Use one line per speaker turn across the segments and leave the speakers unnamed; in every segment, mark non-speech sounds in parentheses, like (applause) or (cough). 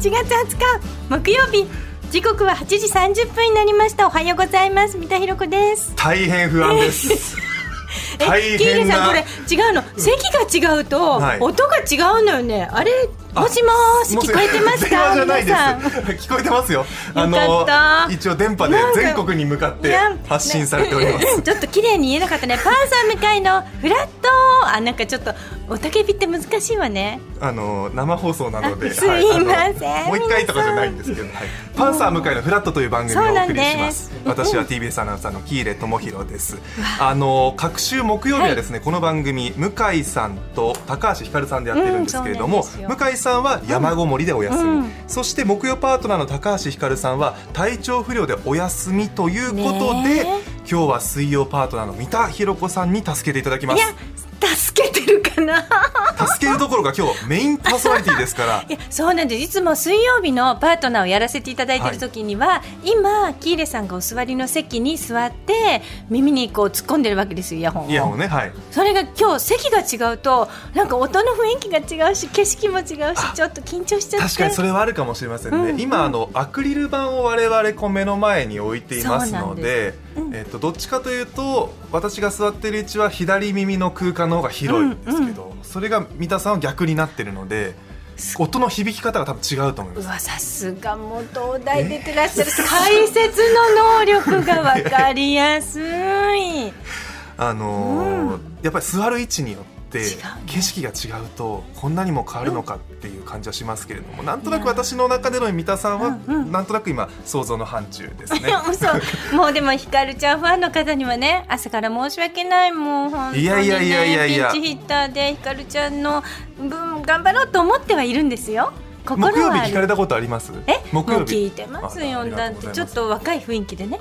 7月20日木曜日時刻は8時30分になりましたおはようございます三田ひろ子です
大変不安です。
え
大
キーレ
変
さん
な
これ違うの席が違うと
はい
音が違うのよねあれ
あ
もしもーし聞こえてます
電話
か
じゃない
皆
です
さん。
(laughs) 聞こえてますよ。あ
よかった
一応電波で
なんか
全国に向かって
なん
発信されております。
ちょっと綺麗に言えなかったねパンサー向かいのフラットあなんかちょっとおたけびって難しいわね
あの生放送なので、
あすいません
あのもう一回とかじゃないんですけど、はい、パンサー向かいのフラットという番組をお送りします。
そうなんです
私は TBS アナウンサーの喜入智弘です。あの各週木曜日はですね、この番組向井さんと高橋ひかるさんでやってるんですけれど
うん
も
そうなん、ですよ
向井さんは山ごもりでお休み、
うん
そして木曜パートナーの高橋ひかるさんは体調不良でお休みということで、
ね
今日は水曜パートナーの三田寛子さんに助けていただきま
いや
す。
助けてるかな
助けるどころか今日メインパーソナリティです
(laughs)
から
い。やそうなんですいつも水曜日のパートナーをやらせていただいている時には、今喜入さんがお座りの席に座って耳にこう突っ込んでるわけですよイヤホンを
イヤホンね、はい。
それが今日席が違うとなんか音の雰囲気が違うし景色も違うしちょっと緊張しちゃって
確かにそれはあるかもしれませんね、
うん
今あのアクリル板を我々こう目の前に置いています
そうな
ので
んですうん
えっと、どっちかというと私が座っている位置は左耳の空間の方が広いんですけど、それが三田さんは逆になってるのです音の響き方が多分違うと思いま
う
す
わさすがもう東大出てらっしゃる解説の能力がわかりやすい
あのーやっぱり座る位置によって
違うね
景色が違うとこんなにも変わるのかっていう感じはしますけれども、なんとなく私の中での三田さんは、
うんうん
なんとなく今想像の範疇ですね
(laughs) いや (laughs) 嘘もうでもひかるちゃんファンの方にはね朝から申し訳ないもう本当に、ね、
いやいやいやいやいや
ピンチヒッターでひかるちゃんの分頑張ろうと思ってはいるんですよ心
木
は
曜日
ある
聞かれたことあります
え
木
もう
曜
聞
日
いてますよ
ああり
だ
が
っ
とうござ
て
います
ちょっと若い雰囲気でね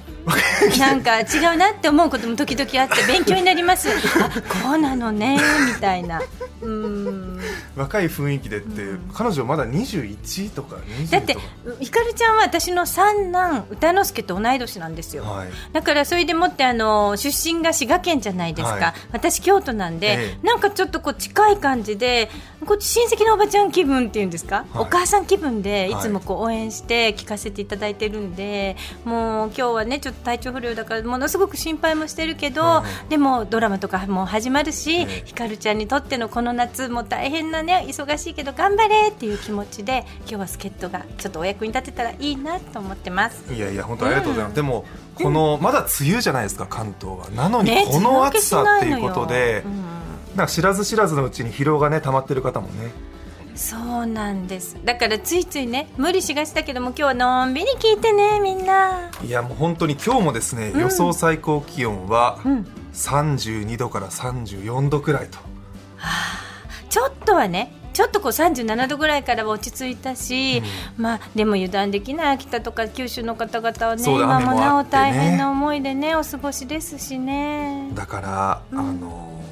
なんか違うなって思うことも時々あって勉強になり
(laughs)
ますあこうなのねみたいなうん
若い雰囲気でって、彼女まだ21とか20とか
だってひかるちゃんは私の三男歌之助と同い年なんですよ、
はい、
だからそれでもってあの出身が滋賀県じゃないですか、
はい
私京都なんで、
ええ
なんかちょっとこう近い感じでこう親戚のおばちゃん気分っていうんですか、
はい
お母さん気分でい
はい
つもこう応援して聞かせていただいてるんで、もう今日はねちょっと体調不良だからものすごく心配もしてるけど、
うん
でもドラマとかも始まるし、
ええ
ひかるちゃんにとってのこの夏も大変なね忙しいけど頑張れっていう気持ちで今日は助っ人がちょっとお役に立てたらいいなと思ってます。
いやいや本当ありがとうございます、でもこの、まだ梅雨じゃないですか関東はなのに
ね
(laughs) この暑さっていう
梅雨明けしなの
こ
よ
とで、
うん
なんか知らず知らずのうちに疲労がね溜まってる方もね
そうなんですだからついついね無理しがちだけども今日はのんびり聞いてねみんない
やもう本当に今日もですね、予想最高気温は
うん
32度から34度くらいと、
ちょっとはねちょっとこう37度ぐらいからは落ち着いたし、まあでも油断できない秋田とか九州の方々はね
そうだ
今
雨
も
も
な
あ
お
ってね
大変な思いでねお過ごしですしね
だから、
うん
あのー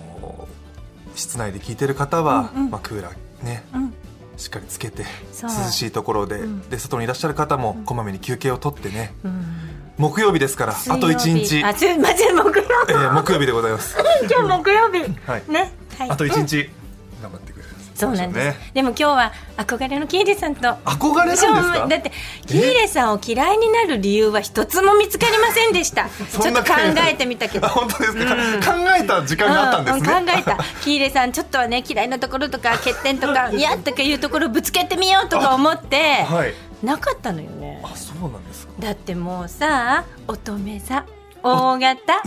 室内で聞いてる方は、
うんうん
まあ、クーラーね
うん
しっかりつけて
そう
涼しいところで,、
うん
で外にいらっしゃる方もこまめに休憩をとってね
うん
木曜日ですからあと1
水
日
曜日、あすいません木曜
(laughs) えー木曜日でございます、は
日今日木曜日
い
ね、はい、
あと
う
1
ん
日、頑張ってくれる
そうなんです、
ね
でも今日は憧れのキーデさんと
憧れなんですか
だって喜入さんを嫌いになる理由は一つも見つかりませんでしたち
そ
ょっ
ん
と
な
考
考え
えてみたけど
あ (laughs) 本当ですか、考えた時間があったんですね、
うんうん考えた喜入さんちょっとはね嫌いなところとか欠点とかいやとかいうところぶつけてみようとか思って、
はい
なかったのよね
あそうなんですか
だってもうさ乙女座大
(laughs)
型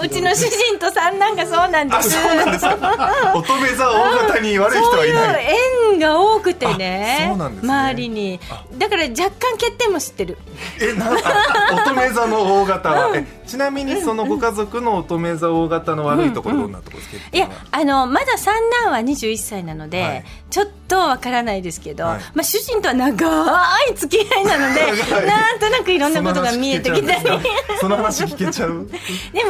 うんうちの主人と三男がそうなんで
あ
す
そうなんですか乙女座大型に悪い人はいない、
そういう縁が多くてね
あそうなんですね
周りにだから若干欠点も知ってる
えなんあ乙女座の大型は、えちなみにそのご家族の乙女座大型の悪いところどんなところですか、
いやあのまだ三男は21歳なので、
はい
ちょっとわからないですけど、
はい
まあ、主人とは長い付き合いなの
(laughs)
で
長い
なんとなくいろんなことが見えてきたりで (laughs)
その話聞けちゃう
も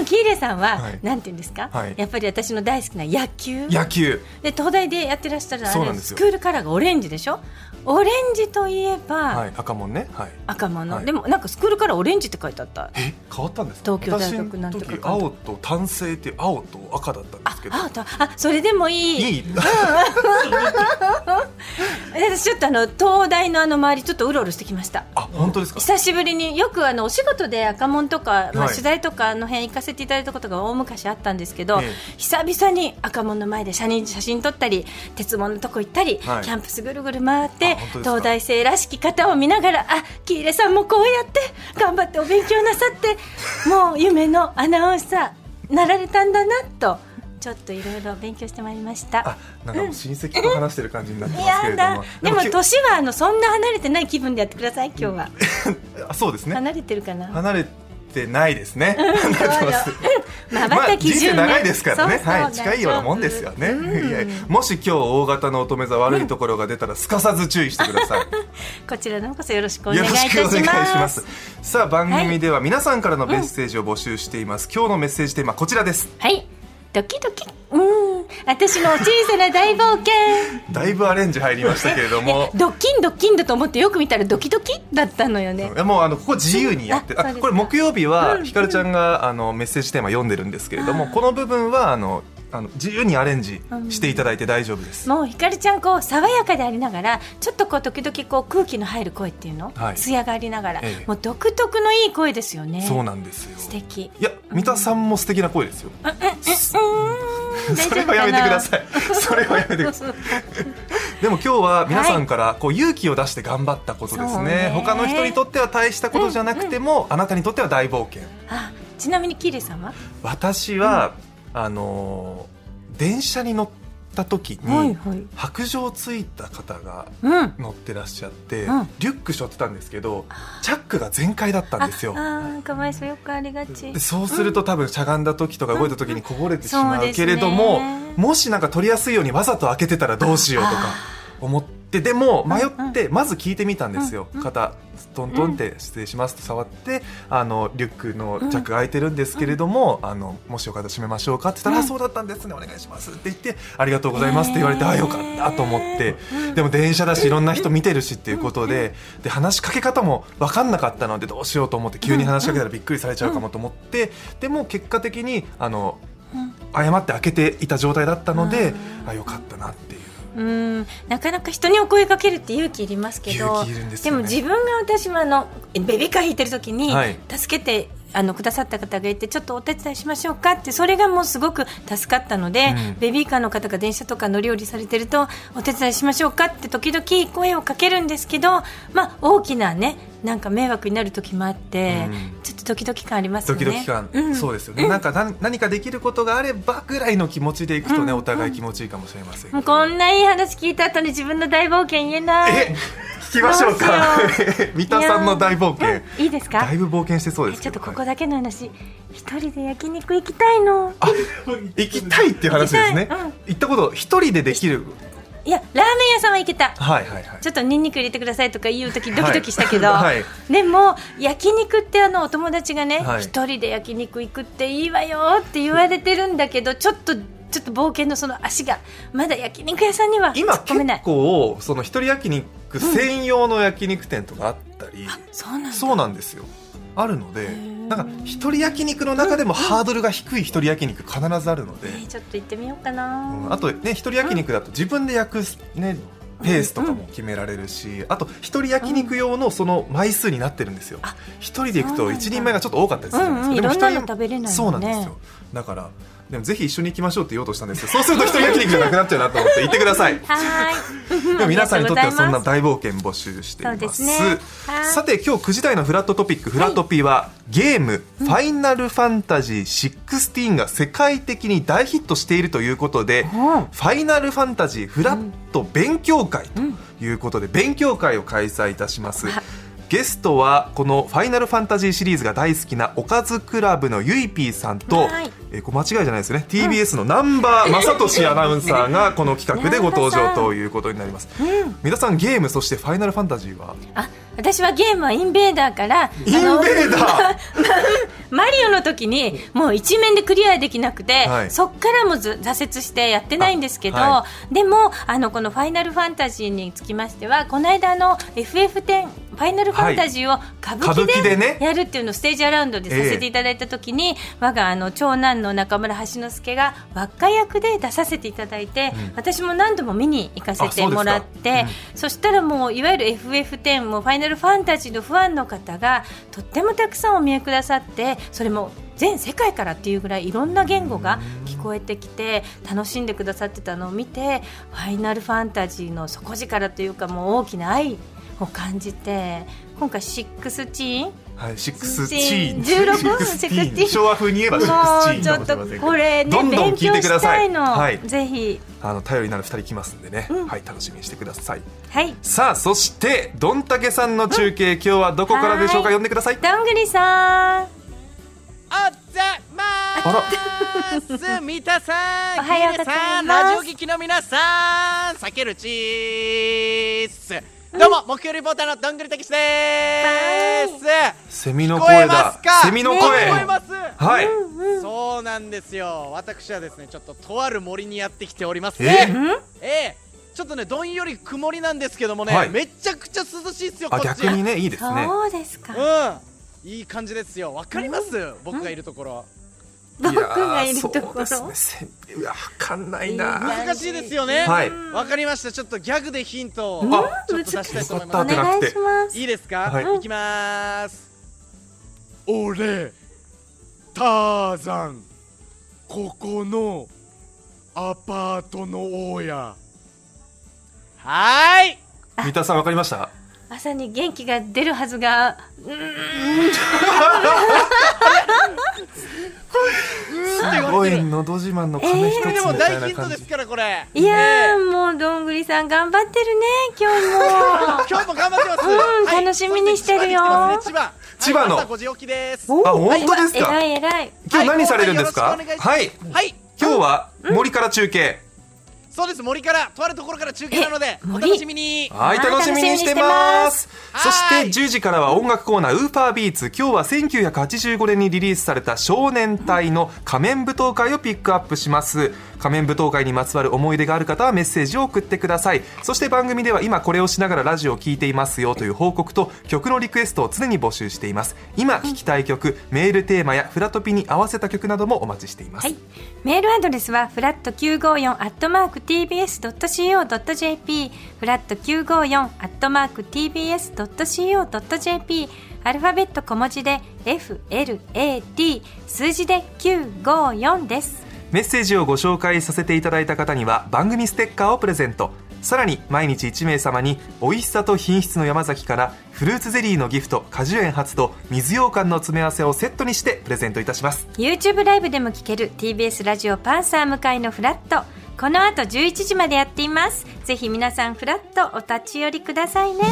喜入さんは、
はい
なんていうんですか、
はい
やっぱり私の大好きな野球
野球
で東大でやってらっしゃるあ
そう
れ
なんです
ス
よ
クールカラーがオレンジでしょオレンジといえば、
はい赤門ねはい
赤もの、
はい
でもなんかスクールカラーオレンジって書いてあった
え変わったんですか
東京大学なんとか
私の時青と単性っていう青と赤だったんですけ
(laughs)
ど
ああとあそれでもいい
いい
私ちょっとあの東大のあの周りちょっとうろうろしてきました
あ本当ですか
久しぶりによくあのお仕事で赤門とか、まあ、
はい
取材とかあの辺行かせていただいたことが大昔あったんですけど、
ええ
久々に赤門の前で写真写真撮ったり鉄門のとこ行ったり、
はい
キャンプスぐるぐる回って
あ本当ですか
東大生らしき方を見ながらあ喜入さんもこうやって頑張ってお勉強なさ
(laughs)
ってもう夢のアナウンサーなられたんだなとちょっといろいろ勉強してまいりました。
あなんかもう親戚と話してる感じになってますけ
や
れど
だ
も
でも
き
年はあのそんな離れてない気分でやってください今日は、
あそうですね
離れてるかな
離れてないですね離れてます
まばたき10
人
年
生長いですからね
そうそう
はい、近いようなもんですよね、いやもし今日大型の乙女座悪いところが出たらすかさず注意してください
こちらの方こそよろし (laughs) くお願
よ
いい
ろ
た
しくお願い
し
しま
ますす
さあ番組では皆さんからのメッセージを募集しています、今日のメッセージテーマこちらです
はいドキドキうーん私の小さな大冒険
だいぶアレンジ入りましたけれど (laughs) も
ドキンドキンだと思ってよく見たらドキドキだったのよね
いやもうあのここ自由にやって
あそう
あ
ですか
これ木曜日はひかるちゃんがあのメッセージテーマ読んでるんですけれどもこの部分はあのあの自由にアレンジしていただいて大丈夫です、
もうひかるちゃんこう爽やかでありながらちょっとこう時々こう空気の入る声っていうの、
はい
艶がありながら、
ええ
もう独特のいい声ですよね
そうなんですよ
素敵
いや三田さんも素敵な声ですよ
うーん
それはやめてくだ
(laughs)
さいそれはやめてください
い
でも今日は皆さんからこう勇気を出して頑張ったことです
そう
ね,、
ね
他の人にとっては大したことじゃなくても、あなたにとっては大冒険
(laughs) あちなみにキリさんは
私は、あのー電車に乗った時に、
はい
白状ついた方が
うん
乗ってらっしゃって、
うん
リュック背負ってたんですけどチャックが全開だったんですよ
ああーかわいそうよくありがち
でそうすると多分しゃがんだ時とか動いた時にこぼれてし
うん
ま
そう
う
です
け
ね
れども、もしなんか取りやすいようにわざと開けてたらどうしようとか思ってでも迷ってまず聞いてみたんですよ、
うんうん
肩トントンって失礼しますと触ってあのリュックのチャックが開いてるんですけれども、あのもしよかったら閉めましょうかって言ったら、
うん
あそうだったんですねお願いしますって言ってありがとうございますって言われて、あよかったと思って。
うん
でも電車だしいろんな人見てるしっていうことでで話しかけ方も分かんなかったのでどうしようと思って急に話しかけたらびっくりされちゃうかもと思ってでも結果的にあの
うん
誤って開けていた状態だったので
うん
あよかったなっていう
うんなかなか人にお声かけるって勇気いりますけど
勇気いるんですよね
も自分が私もあのベビーカー引いてる時に、
はい
助けてあのくださった方がいてちょっとお手伝いしましょうかってそれがもうすごく助かったので、
うん
ベビーカーの方が電車とか乗り降りされてるとお手伝いしましょうかって時々声をかけるんですけど、まあ、大きなねなんか迷惑になる時もあって、
うん
ちょっとドキドキ感あります
ド
よね。
キドキ感、
うん
そうですよね、なんか何何かできることがあればぐらいの気持ちでいくとね、
うん
お互い気持ちいいかもしれません
もうこんないい話聞いた後に自分の大冒険言えない。
え聞きましょうか
どう
(laughs) 三田さんの大冒険
うんいいですか
だいぶ冒険してそうで
え
す
ちょ
け
っ
ど
とここだけの話、一人で焼肉行きたいの
あ行きたいっていう話です
行
ね
きたいうん
行ったこと一人でできる
いやラーメン屋さんは行けた
はいはいはい
ちょっとニンニク入れてくださいとか言う時ドキドキしたけど、
はいはい
でも焼肉ってあのお友達がね一、
はい
人で焼肉行くっていいわよって言われてるんだけどちょっとちょっと冒険のその足がまだ焼肉屋さんには突
今
っ込めない
結構その一人焼肉専用の焼肉店とかあったり、
そうなんだ
そうなんですよあるので
ー
なんか一人焼肉の中でもハードルが低い一人焼肉必ずあるので、
えーちょっと行ってみようかな、
うんあとね一人焼肉だと自分で焼くねペースとかも決められるし、あと一人焼肉用のその枚数になってるんですよ
あ
一人で行く
そう
と
なんだ
一人前がちょっと多かったりするんで
うんうん
すけど、でも一
いろんな
人
の食べれないもんね
そうなんですよだからでもぜひ一緒に行きましょうって言おうとしたんですけどそうすると一人焼肉じゃなくなっちゃうなと思って行ってください
はーい
(laughs) でも皆さんにとってはそんな
ありがとうございます
大冒険募集しています
そうですねはい
さて今日9時台のフラットトピックフラトピーは、ゲーム「ファイナルファンタジー16」が世界的に大ヒットしているということで、ファイナルファンタジーフラット勉強会ということで、勉強会を開催いたします、
あ
ゲストはこの「ファイナルファンタジー」シリーズが大好きなおかずクラブのゆいぴーさんと、
はい
えーこれ間違いじゃないですよね TBS の南波正俊アナウンサーがこの企画でご登場ということになります、皆さんゲームそして「ファイナルファンタジーは」
あ私はゲームはインベーダーから
インベーダー
(laughs) マリオの時にもう一面でクリアできなくて、
はい
そっからもず挫折してやってないんですけど、
あは
でもあのこの「ファイナルファンタジー」につきましてはこの間の FF10 ファイナルファンタジーを歌舞
歌
伎
舞伎で
で
ね
やるっていうのをステージアラウンドでさせていただいた時に、我があの長男の中村橋之助が輪っか役で出させていただいて、
うん
私も何度も見に行かせてもらっ
あそう
て
です
そ,、したらもういわゆる FF10 も「ファイナルファンタジー」のファンの方がとってもたくさんお見えくださってそれも全世界からっていうぐらいいろんな言語が聞こえてきて楽しんでくださってたのを見て「ファイナルファンタジー」の底力というかもう大きな愛を感じて今回6チーン
はい、シックスチーン、
16
シックスティーン
16
昭和風に言えば
も
シックスチー
う
ン
ちょ
かも
っと
しれませんけど
これね
どんど
勉
ん聞い
強
てくだ
し
さ
た
い
いの、
はい
ぜひ
あの頼りになる二人来ますんでね、
うん
はい楽しみにしてください
はい
さあそしてどんたけさんの中継、今日はどこからでしょうか
はい
呼んでください
どんぐりさん
あざまーす三田さん
おはようございます
皆さんラジオ聞きの皆さん避けるチーズどうも、木曜リポーターのどんぐりたけしです
セミの
聞こえ
声
ま
だ
すか
セミの声、
聞こえます
はい、
そうなんですよ私はですねちょっととある森にやってきております
え
ね
ー
ええちょっとねどんより曇りなんですけどもね、
はい
めちゃくちゃ涼しいですよこ
あ
っち
逆にねいいですね
そうですか、
うんいい感じですよわかります、僕がいるところ、
僕がい
やー
るところ
そうですねセミうわわかんない
い
な
や
難しいですよね
はい
わかりましたちょっとギャグでヒントを
ん
ちょっと出したいと思い
お
ます
難し
願いします
いいですか、
はい
い、きまーす俺ターザンここのアパートの大家はーい
三田さんわかりました
朝に元気が出るはずが
す
すごいのど自慢の亀一つ
これでも
みたい
大
な
ヒント
感
で
じ
すからこれ
いやー、
ね
もうどんぐりさん頑張ってるね今
今日も頑張ってます、
うん楽しみにしてるよ
はいそて千葉に来てますね千
千
葉,、
葉の
朝5時起きです
日も
(laughs) あ本当です
えら
か
いえらい
今日何されるんですか
はい
は
後
い
半よろしくお願いしますはい
今日は森から中継
そうです森からとあるところから中継なので
え
お
森
楽しみに
はい、
はい
楽しみにしてます。そ
楽しみにしてます
して10時からは音楽コーナーウーパービーツ。今日は1985年にリリースされた少年隊の仮面舞踏会をピックアップします。仮面舞踏会にまつわる思い出がある方はメッセージを送ってください。そして番組では今これをしながらラジオを聴いていますよという報告と曲のリクエストを常に募集しています。今聴きたい曲、メールテーマやフラトピに合わせた曲などもお待ちしています。
はい、メールアドレスはフラット9 5 4アットマーク tbs ドット co ドット jp フラット9 5 4アットマーク tbs ドット co ドット jp アルファベット小文字で f l a t 数字で954です。
メッセージをご紹介させていただいた方には番組ステッカーをプレゼントさらに毎日1名様に美味しさと品質の山崎からフルーツゼリーのギフト果樹園発と水羊羹の詰め合わせをセットにしてプレゼントいたします
YouTube ライブでも聞ける TBS ラジオパンサー向かいのフラット。この後11時までやっています。ぜひ皆さんフラットお立ち寄りくださいね。